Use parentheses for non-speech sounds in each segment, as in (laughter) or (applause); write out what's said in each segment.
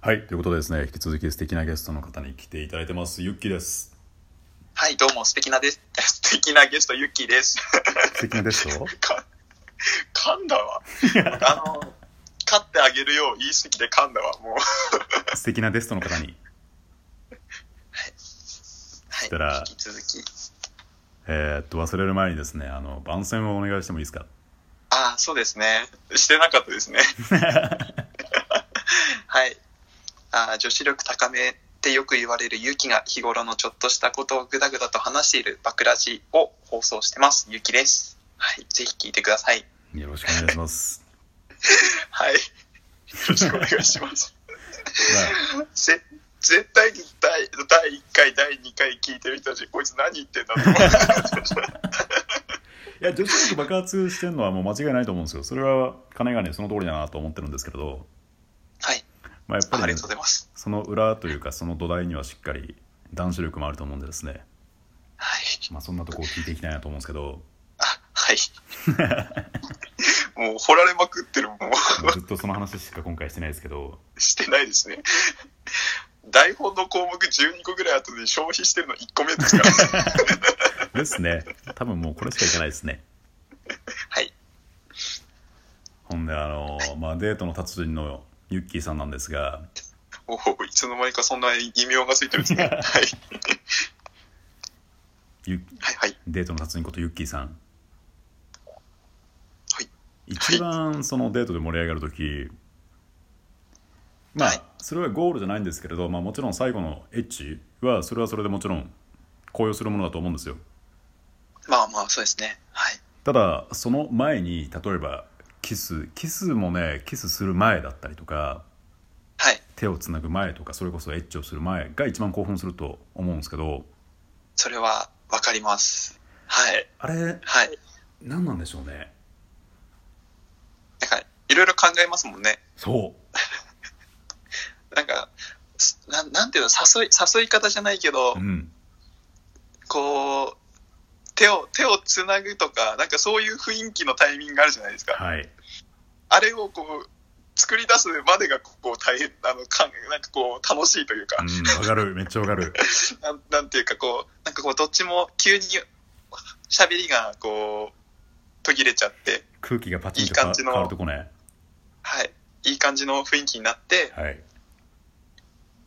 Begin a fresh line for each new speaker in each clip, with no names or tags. はい、ということでですね、引き続き素敵なゲストの方に来ていただいてます、ゆっきーです。
はい、どうも、素敵なです。素敵なゲスト、ゆっきーです。
素敵なゲスト
か噛んだわ。あの、勝ってあげるよう言い過ぎて噛んだわ、も
(laughs)
う。
素敵なゲストの方に、したら
はい、引き続き。
えーっと、忘れる前にですね、あの、番宣をお願いしてもいいですか
ああ、そうですね。してなかっ
(laughs)
たですね。はい。あー女子力高めってよく言われるゆきが日頃のちょっとしたことをぐだぐだと話しているバクラジを放送してます。ゆきです。はい。ぜひ聞いてください。
よろしくお願いします。
はい。よろしくお願いします。
ま
ぜ絶対に第第1回第2回聞いてる人たちこいつ何言ってんだと思って
あ、 (laughs) いや、女子力爆発してるのはもう間違いないと思うんですよ。それは、かねがねその通りだなと思ってるんですけれど、
はい
まあ、やっぱ
あ
り、
りがとうございます
その裏というか、その土台にはしっかり男子力もあると思うんでですね、
はい
まあ、そんなとこを聞いていきたいなと思うんですけど、
あ (laughs) はいもう掘られまくってるもう
ずっとその話しか今回してないですけど、
してないですね台本の項目12個ぐらい後で消費してるの1個目ですから (laughs)
ですね、多分もうこれしかいけないですね。
はい
ほんであの、まあ、デートの達人のユッキーさんなんですが
おおいつの間にかそんな異名がついてるん (laughs) ですねはい
ゆ
はいはい
デートの達人ことユッキーさん、
はい
一番そのデートで盛り上がる時まあ、
はい
それはゴールじゃないんですけれど、まあ、もちろん最後のエッチはそれはそれでもちろん高揚するものだと思うんですよ
まあまあそうですねはい
ただその前に例えばキスキスもねキスする前だったりとか
はい
手をつなぐ前とかそれこそエッチをする前が一番興奮すると思うんですけど
それはわかりますはい
あれ
はい
何なんでしょうね
なんかいろいろ考えますもんね
そう
なんか、すなんなんていうの、誘い、誘い方じゃないけど
う、ん、
こう、手を、手をつなぐとか、なんかそういう雰囲気のタイミングがあるじゃないですか。
はい、
あれをこう、作り出すまでが、こう、大変、あの、かんなんかこう、楽しいというか、
うん、わかる、めっちゃわか
(laughs)
る。
なんなんていうかこう、なんかこう、どっちも急に喋りが、こう、途切れちゃって、
空気がパチンと
いい感じの
変わるとこね。
はい。いい感じの雰囲気になって、
はい、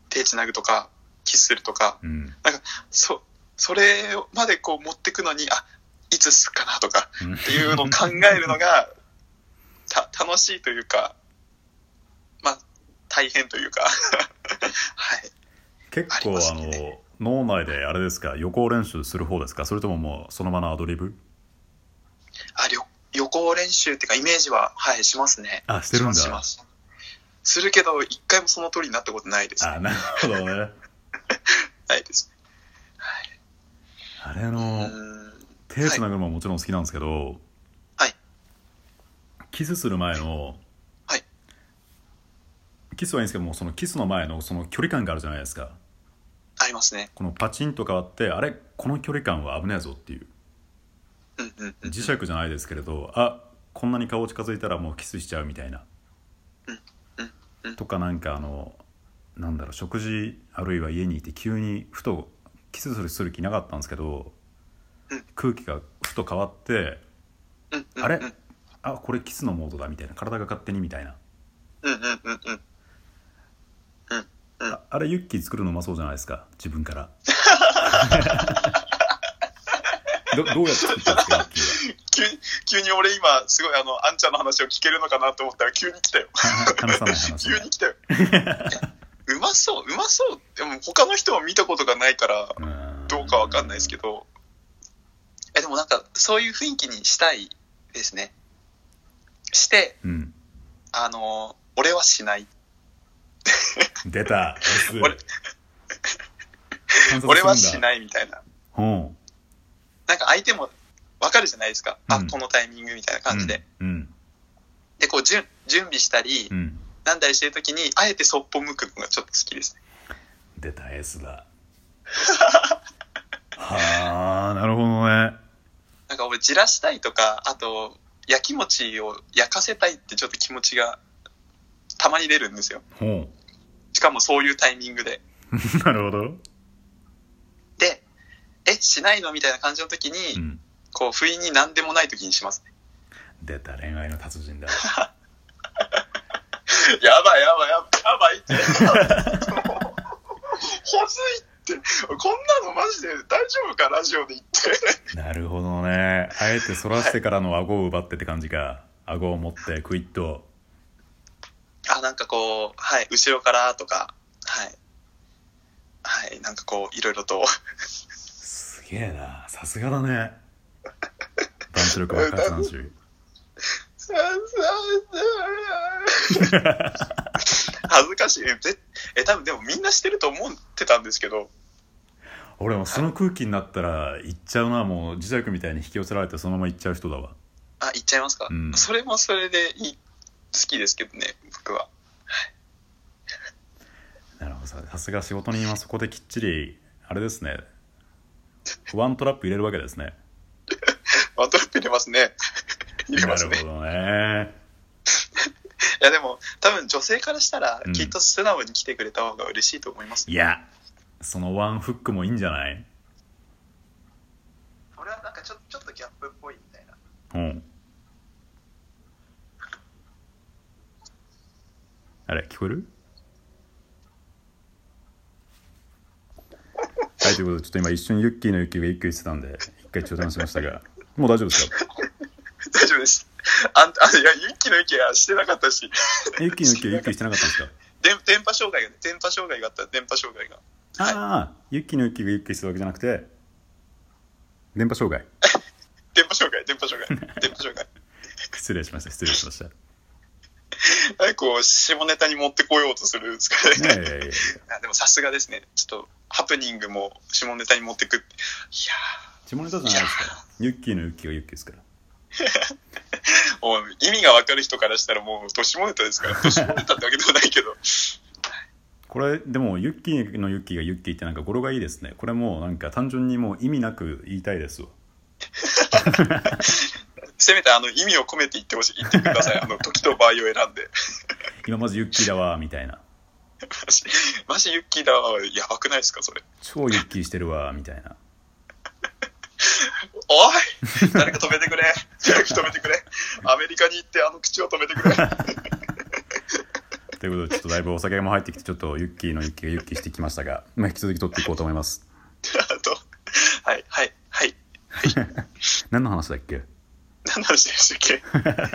手つなぐとか、キスするとか、
うん、
そ、それまでこう持ってくのに、あ、いつすっかなとか、
うん
っていう
(laughs)
のを考えるのが、た、楽しいというか、まあ、大変というか、 (laughs) はい。
結
あり
構
ます
あの
ね
脳内であれですか、予行練習する方ですか、それとももうその場のアドリブ？
あ、旅、予行練習っていうか、イメージは、はい、しますね。
あ、してるん
し
だ
ま。す。しますするけど、一回もその通りになったことないです。
あ、なるほどね。
ないです。
あれ
う
の
ん。
手つなぐのももちろん好きなんですけど、
はい、
キスする前の、
はい、
キスはいいんですけども、そのキスの前のその距離感があるじゃないですか。
ありますね。
このパチンと変わって、あれこの距離感は危ないぞっていう。
うんうんうん。
磁石じゃないですけれどあこんなに顔近づいたらもうキスしちゃうみたいな
うんうんうん
とかなんかあのなんだろう食事あるいは家にいて急にふとキスするする気なかったんですけど、
うん
空気がふと変わって
うんうんうん
あれあこれキスのモードだみたいな体が勝手にみたいな
うんうんうんうん。
ああれユッキー作るのうまそうじゃないですか自分
(laughs)
からどどうやって作ったんですかユッキーは
急に、急に俺今、すごいあの、あんちゃんの話を聞けるのかなと思ったら急
(laughs)
に来たよ。
は話さない話
(laughs) 急に来たよ。うまそう、うまそう。でも他の人は見たことがないから、どうかわかんないですけ
ど
ど。え、でもなんか、そういう雰囲気にしたいですね。して、
うん
あの、俺はしない。
出た S
俺
観察するんだ
俺はしないみたいな。
うん
なんか相手もわかるじゃないですか。
う
あ
ん、
このタイミングみたいな感じで。
うん
で、こう、準準備したり
う、ん
なんだりしてるときに、あえてそっぽ向くのがちょっと好きですね。
出た S
(laughs)
だはあなるほどね
なんか俺、じらしたいとか、あと、やきもちを焼かせたいってちょっと気持ちが、たまに出るんですよ。
ほ
しかもそういうタイミングで。
(laughs) なるほど。
で、え、しないのみたいな感じの時に、
うん。
こう、不意に何でもない時にします (laughs) ね。
出た恋愛の達人だ。
やばいやばいやばいやばいって。
(laughs)
ほずいって、こんなのマジで大丈夫かラジオで言って。 (laughs)
なるほどね。あえて反らしてからの顎を奪ってって感じか。顎を持ってクイッと。
あ、なんかこう、はい、後ろからとか、はい。はい、なんかこう、いろいろと。
すげえな。さすがだね。男子力爆発男子。
恥ずかしい。え、ぜえ多分でもみんなしてると思ってたんですけど、
俺もその空気になったら行っちゃうな。もう磁石みたいに引き寄せられてそのまま行っちゃう人だわ。
あ、行っちゃいますか、
うん
それもそれでいい好きですけどね、僕は。
なるほどさ。さすが仕事人はそこできっちり、あれですね。ワントラップ入れるわけですね。
ワントラップ入れます
(laughs)
ね。入れます
な
ね
る。ほどね。
いやでも、多分女性からしたら
うん、
きっと素直に来てくれた方が嬉しいと思います。
いや、そのワンフックもいいんじゃない
これはなんかちょちょっとギャップっぽいみたいな。
うん。あれ、聞こえるはい、ということで、ちょっと今一瞬ユッキーのユッキーがユッキーしてたんで、一回中断しましたが、もう大丈夫ですか
大丈夫です。あんあいや、ユッキーの意見はしてなかったし、 (laughs)
ユッキーのユッキーはユッキーしてなかったんですか
電電波障害がね、電波障害があったら電波障害が。
ああ、ユッキーのユッキーがユッキーしてたわけじゃなくて、電波障害。
電波障害、電波障害、電波障害。
失礼しました、失礼しました。ね
はい、こう、下ネタに持ってこようとするんですかね。
えいやいやいや、
あでもさすがですね。ちょっと、ハプニングも下ネタに持ってくって。い
下ネタじゃないですから、ユッキーのユッキーがユッキーですから。
やーもう意味がわかる人からしたらもう、ど下ネタですから。ど下ネタってわけでもないけど。
これでもユッキーのユッキーがユッキーってなんか語呂がいいですねこれもうなんか単純にもう意味なく言いたいですわ
せめてあの、意味を込めて言ってほしい。言ってください。あの、時と場合を選んで。
今まずユッキーだわみたいな
マジ、マジユッキーだわ。やばくないですか、それ。
超ユッキーしてるわみたいな
おい誰か止めてくれ誰か止めてくれアメリカに行ってあの口を止めてくれ
ということでちょっとだいぶお酒も入ってきてちょっとユッキーのユッキーがユッキーしてきましたが、まあ、引き続き取っていこうと思います
あと、はい、はい、はい。
何の話だっけ
何の話でしたっけ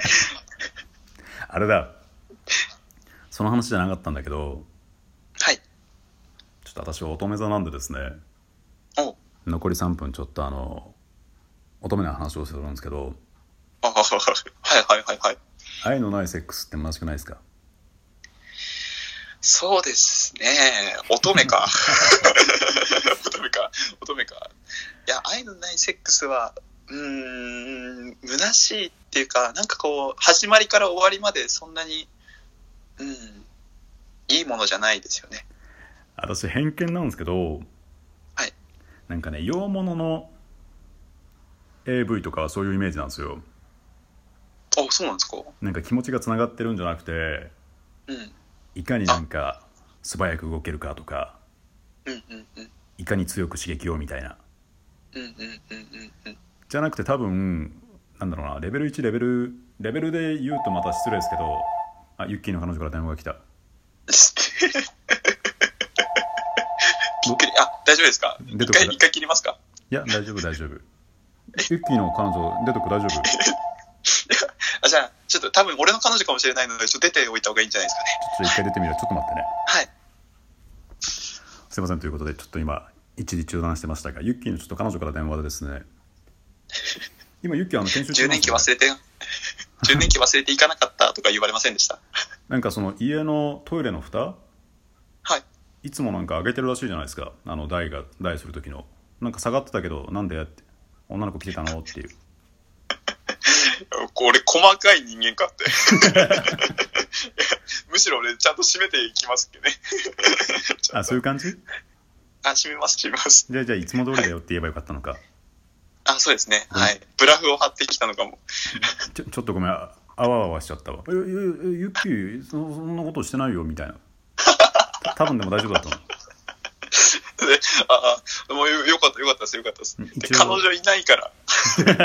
あれだその話じゃなかったんだけど
はい。
ちょっと私は乙女座なんでですね
おう
残り3分ちょっとあの乙女の話をするんですけど
あはいはいはいはい。
愛のないセックスって虚しくないですか
そうですね。乙女か。 (laughs) 乙女か。乙女か。いや、愛のないセックスは、うーん、虚しいっていうか、なんかこう、始まりから終わりまでそんなに、うん、いいものじゃないですよね。
私偏見なんですけど
はい
なんかね洋物の AV とかはそういうイメージなんですよ
あ、そうなんですかう
なんか気持ちがつながってるんじゃなくて
ん。うん
いかになんか素早く動けるかとか
うんうん。
いかに強く刺激をみたいな
うんうんうんうんうん。
じゃなくて多分なんだろうなレベル1レベルレベルで言うとまた失礼ですけどあユッキーの彼女から電話が来た
(laughs) びっくり。あ、大丈夫ですか
出
一
てこな
回、
い
一回切りますか (laughs)
いや大丈夫大丈夫ユッキーの彼女出てく大丈夫ちょっ
あ、じゃあ、ちょっと多分俺の彼女かもしれないので、ちょっと出ておいた方がいいんじゃないですかね。
と一回出てみるちょっと待ってね
はい。
すいませんということでちょっと今一時中断してましたがユッキーのちょっと彼女から電話でですね今ユッキーあの研修中
10
なんです
年期
よ
忘れて、10年期忘れていかなかったとか言われませんでした。
なんかその家のトイレの蓋
はい。
いつもなんか上げてるらしいじゃないですかあの台が台する時のなんか下がってたけどなんでって女の子来てたのっていう
俺、細かい人間かって。 (laughs) いやむしろ俺、ちゃんと締めていきますけどね。ち
(laughs)
ゃ
あ
んと
そういう感じ
あ、締めます、締めます。
じゃあじゃあいつも通りだよって言えばよかったのか
あ、そうですね。
うん
はい。ブラフを張ってきたのかも。
ちょちょっとごめんああわあわしちゃったわえええユッキーそそんなことしてないよみたいな多分でも大丈夫だと思う
でああ、もうよよかった、よかったです、よかったです。で
一応
彼女いな
(laughs)
いから。彼女、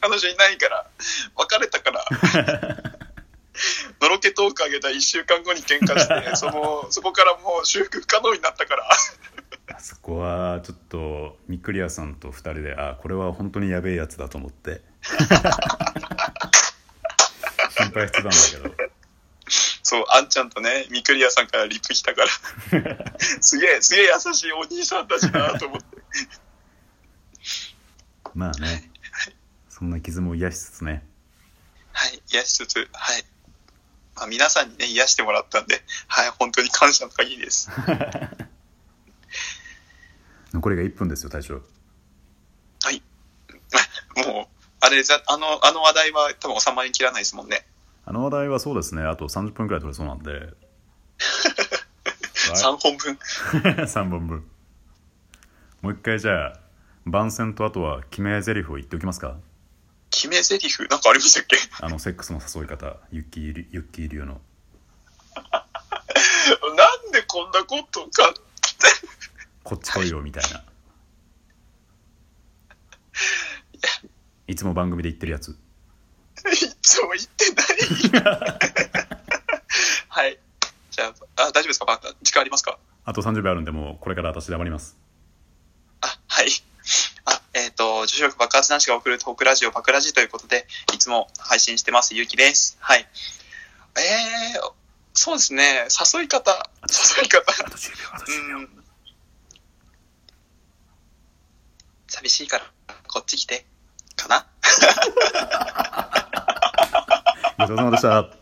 彼女いないから、別れたから。
(laughs)
のろけトークあげた1週間後に喧
(laughs)
嘩して、その、そこからもう修復不可能になったから。
あそこはちょっとミクリアさんと2人であこれは本当にやべえやつだと思って心配してたんだけど
そう、あんちゃんとね、みくりやさんからリプ来た
(laughs)
から。すげえ、すげえ優しいお兄さんたちだなと思って。
まあねそんな傷も癒しつつね
はい、癒しつつ、はい。まあ、皆さんにね、癒してもらったんで、はい、本当に感謝の限りです。
残りが1分ですよ大将
はい。 (laughs) もう、あれざ、あの、あの話題は多分収まりきらないですもんね。
あの話題はそうですねあと30分くらい取れそうなんで (laughs)
3本分。
3本分もう一回じゃあ番宣とあとは決め台詞を言っておきますか
決め台詞なんかありましたっけ (laughs)
あのセックスの誘い方ユッキーリユッキー流の
なんでこんなことか。
こっち来いよみたいないつも番組で言ってるやつ
いつも言ってない。はい。じゃあ、あ、大丈夫ですかバカ時間ありますか
あと30秒あるんでもうこれから私黙ります
あ、はい。あ、えっ、と、女子力爆発男子が送るトークラジオ、バクラジということで、いつも配信してます、ゆうきです。はい。えー、そうですね、誘い方、 (laughs) 誘い方。
あと10秒あと10秒
うん。寂しいから、こっち来て、かな
ごちそうさまでした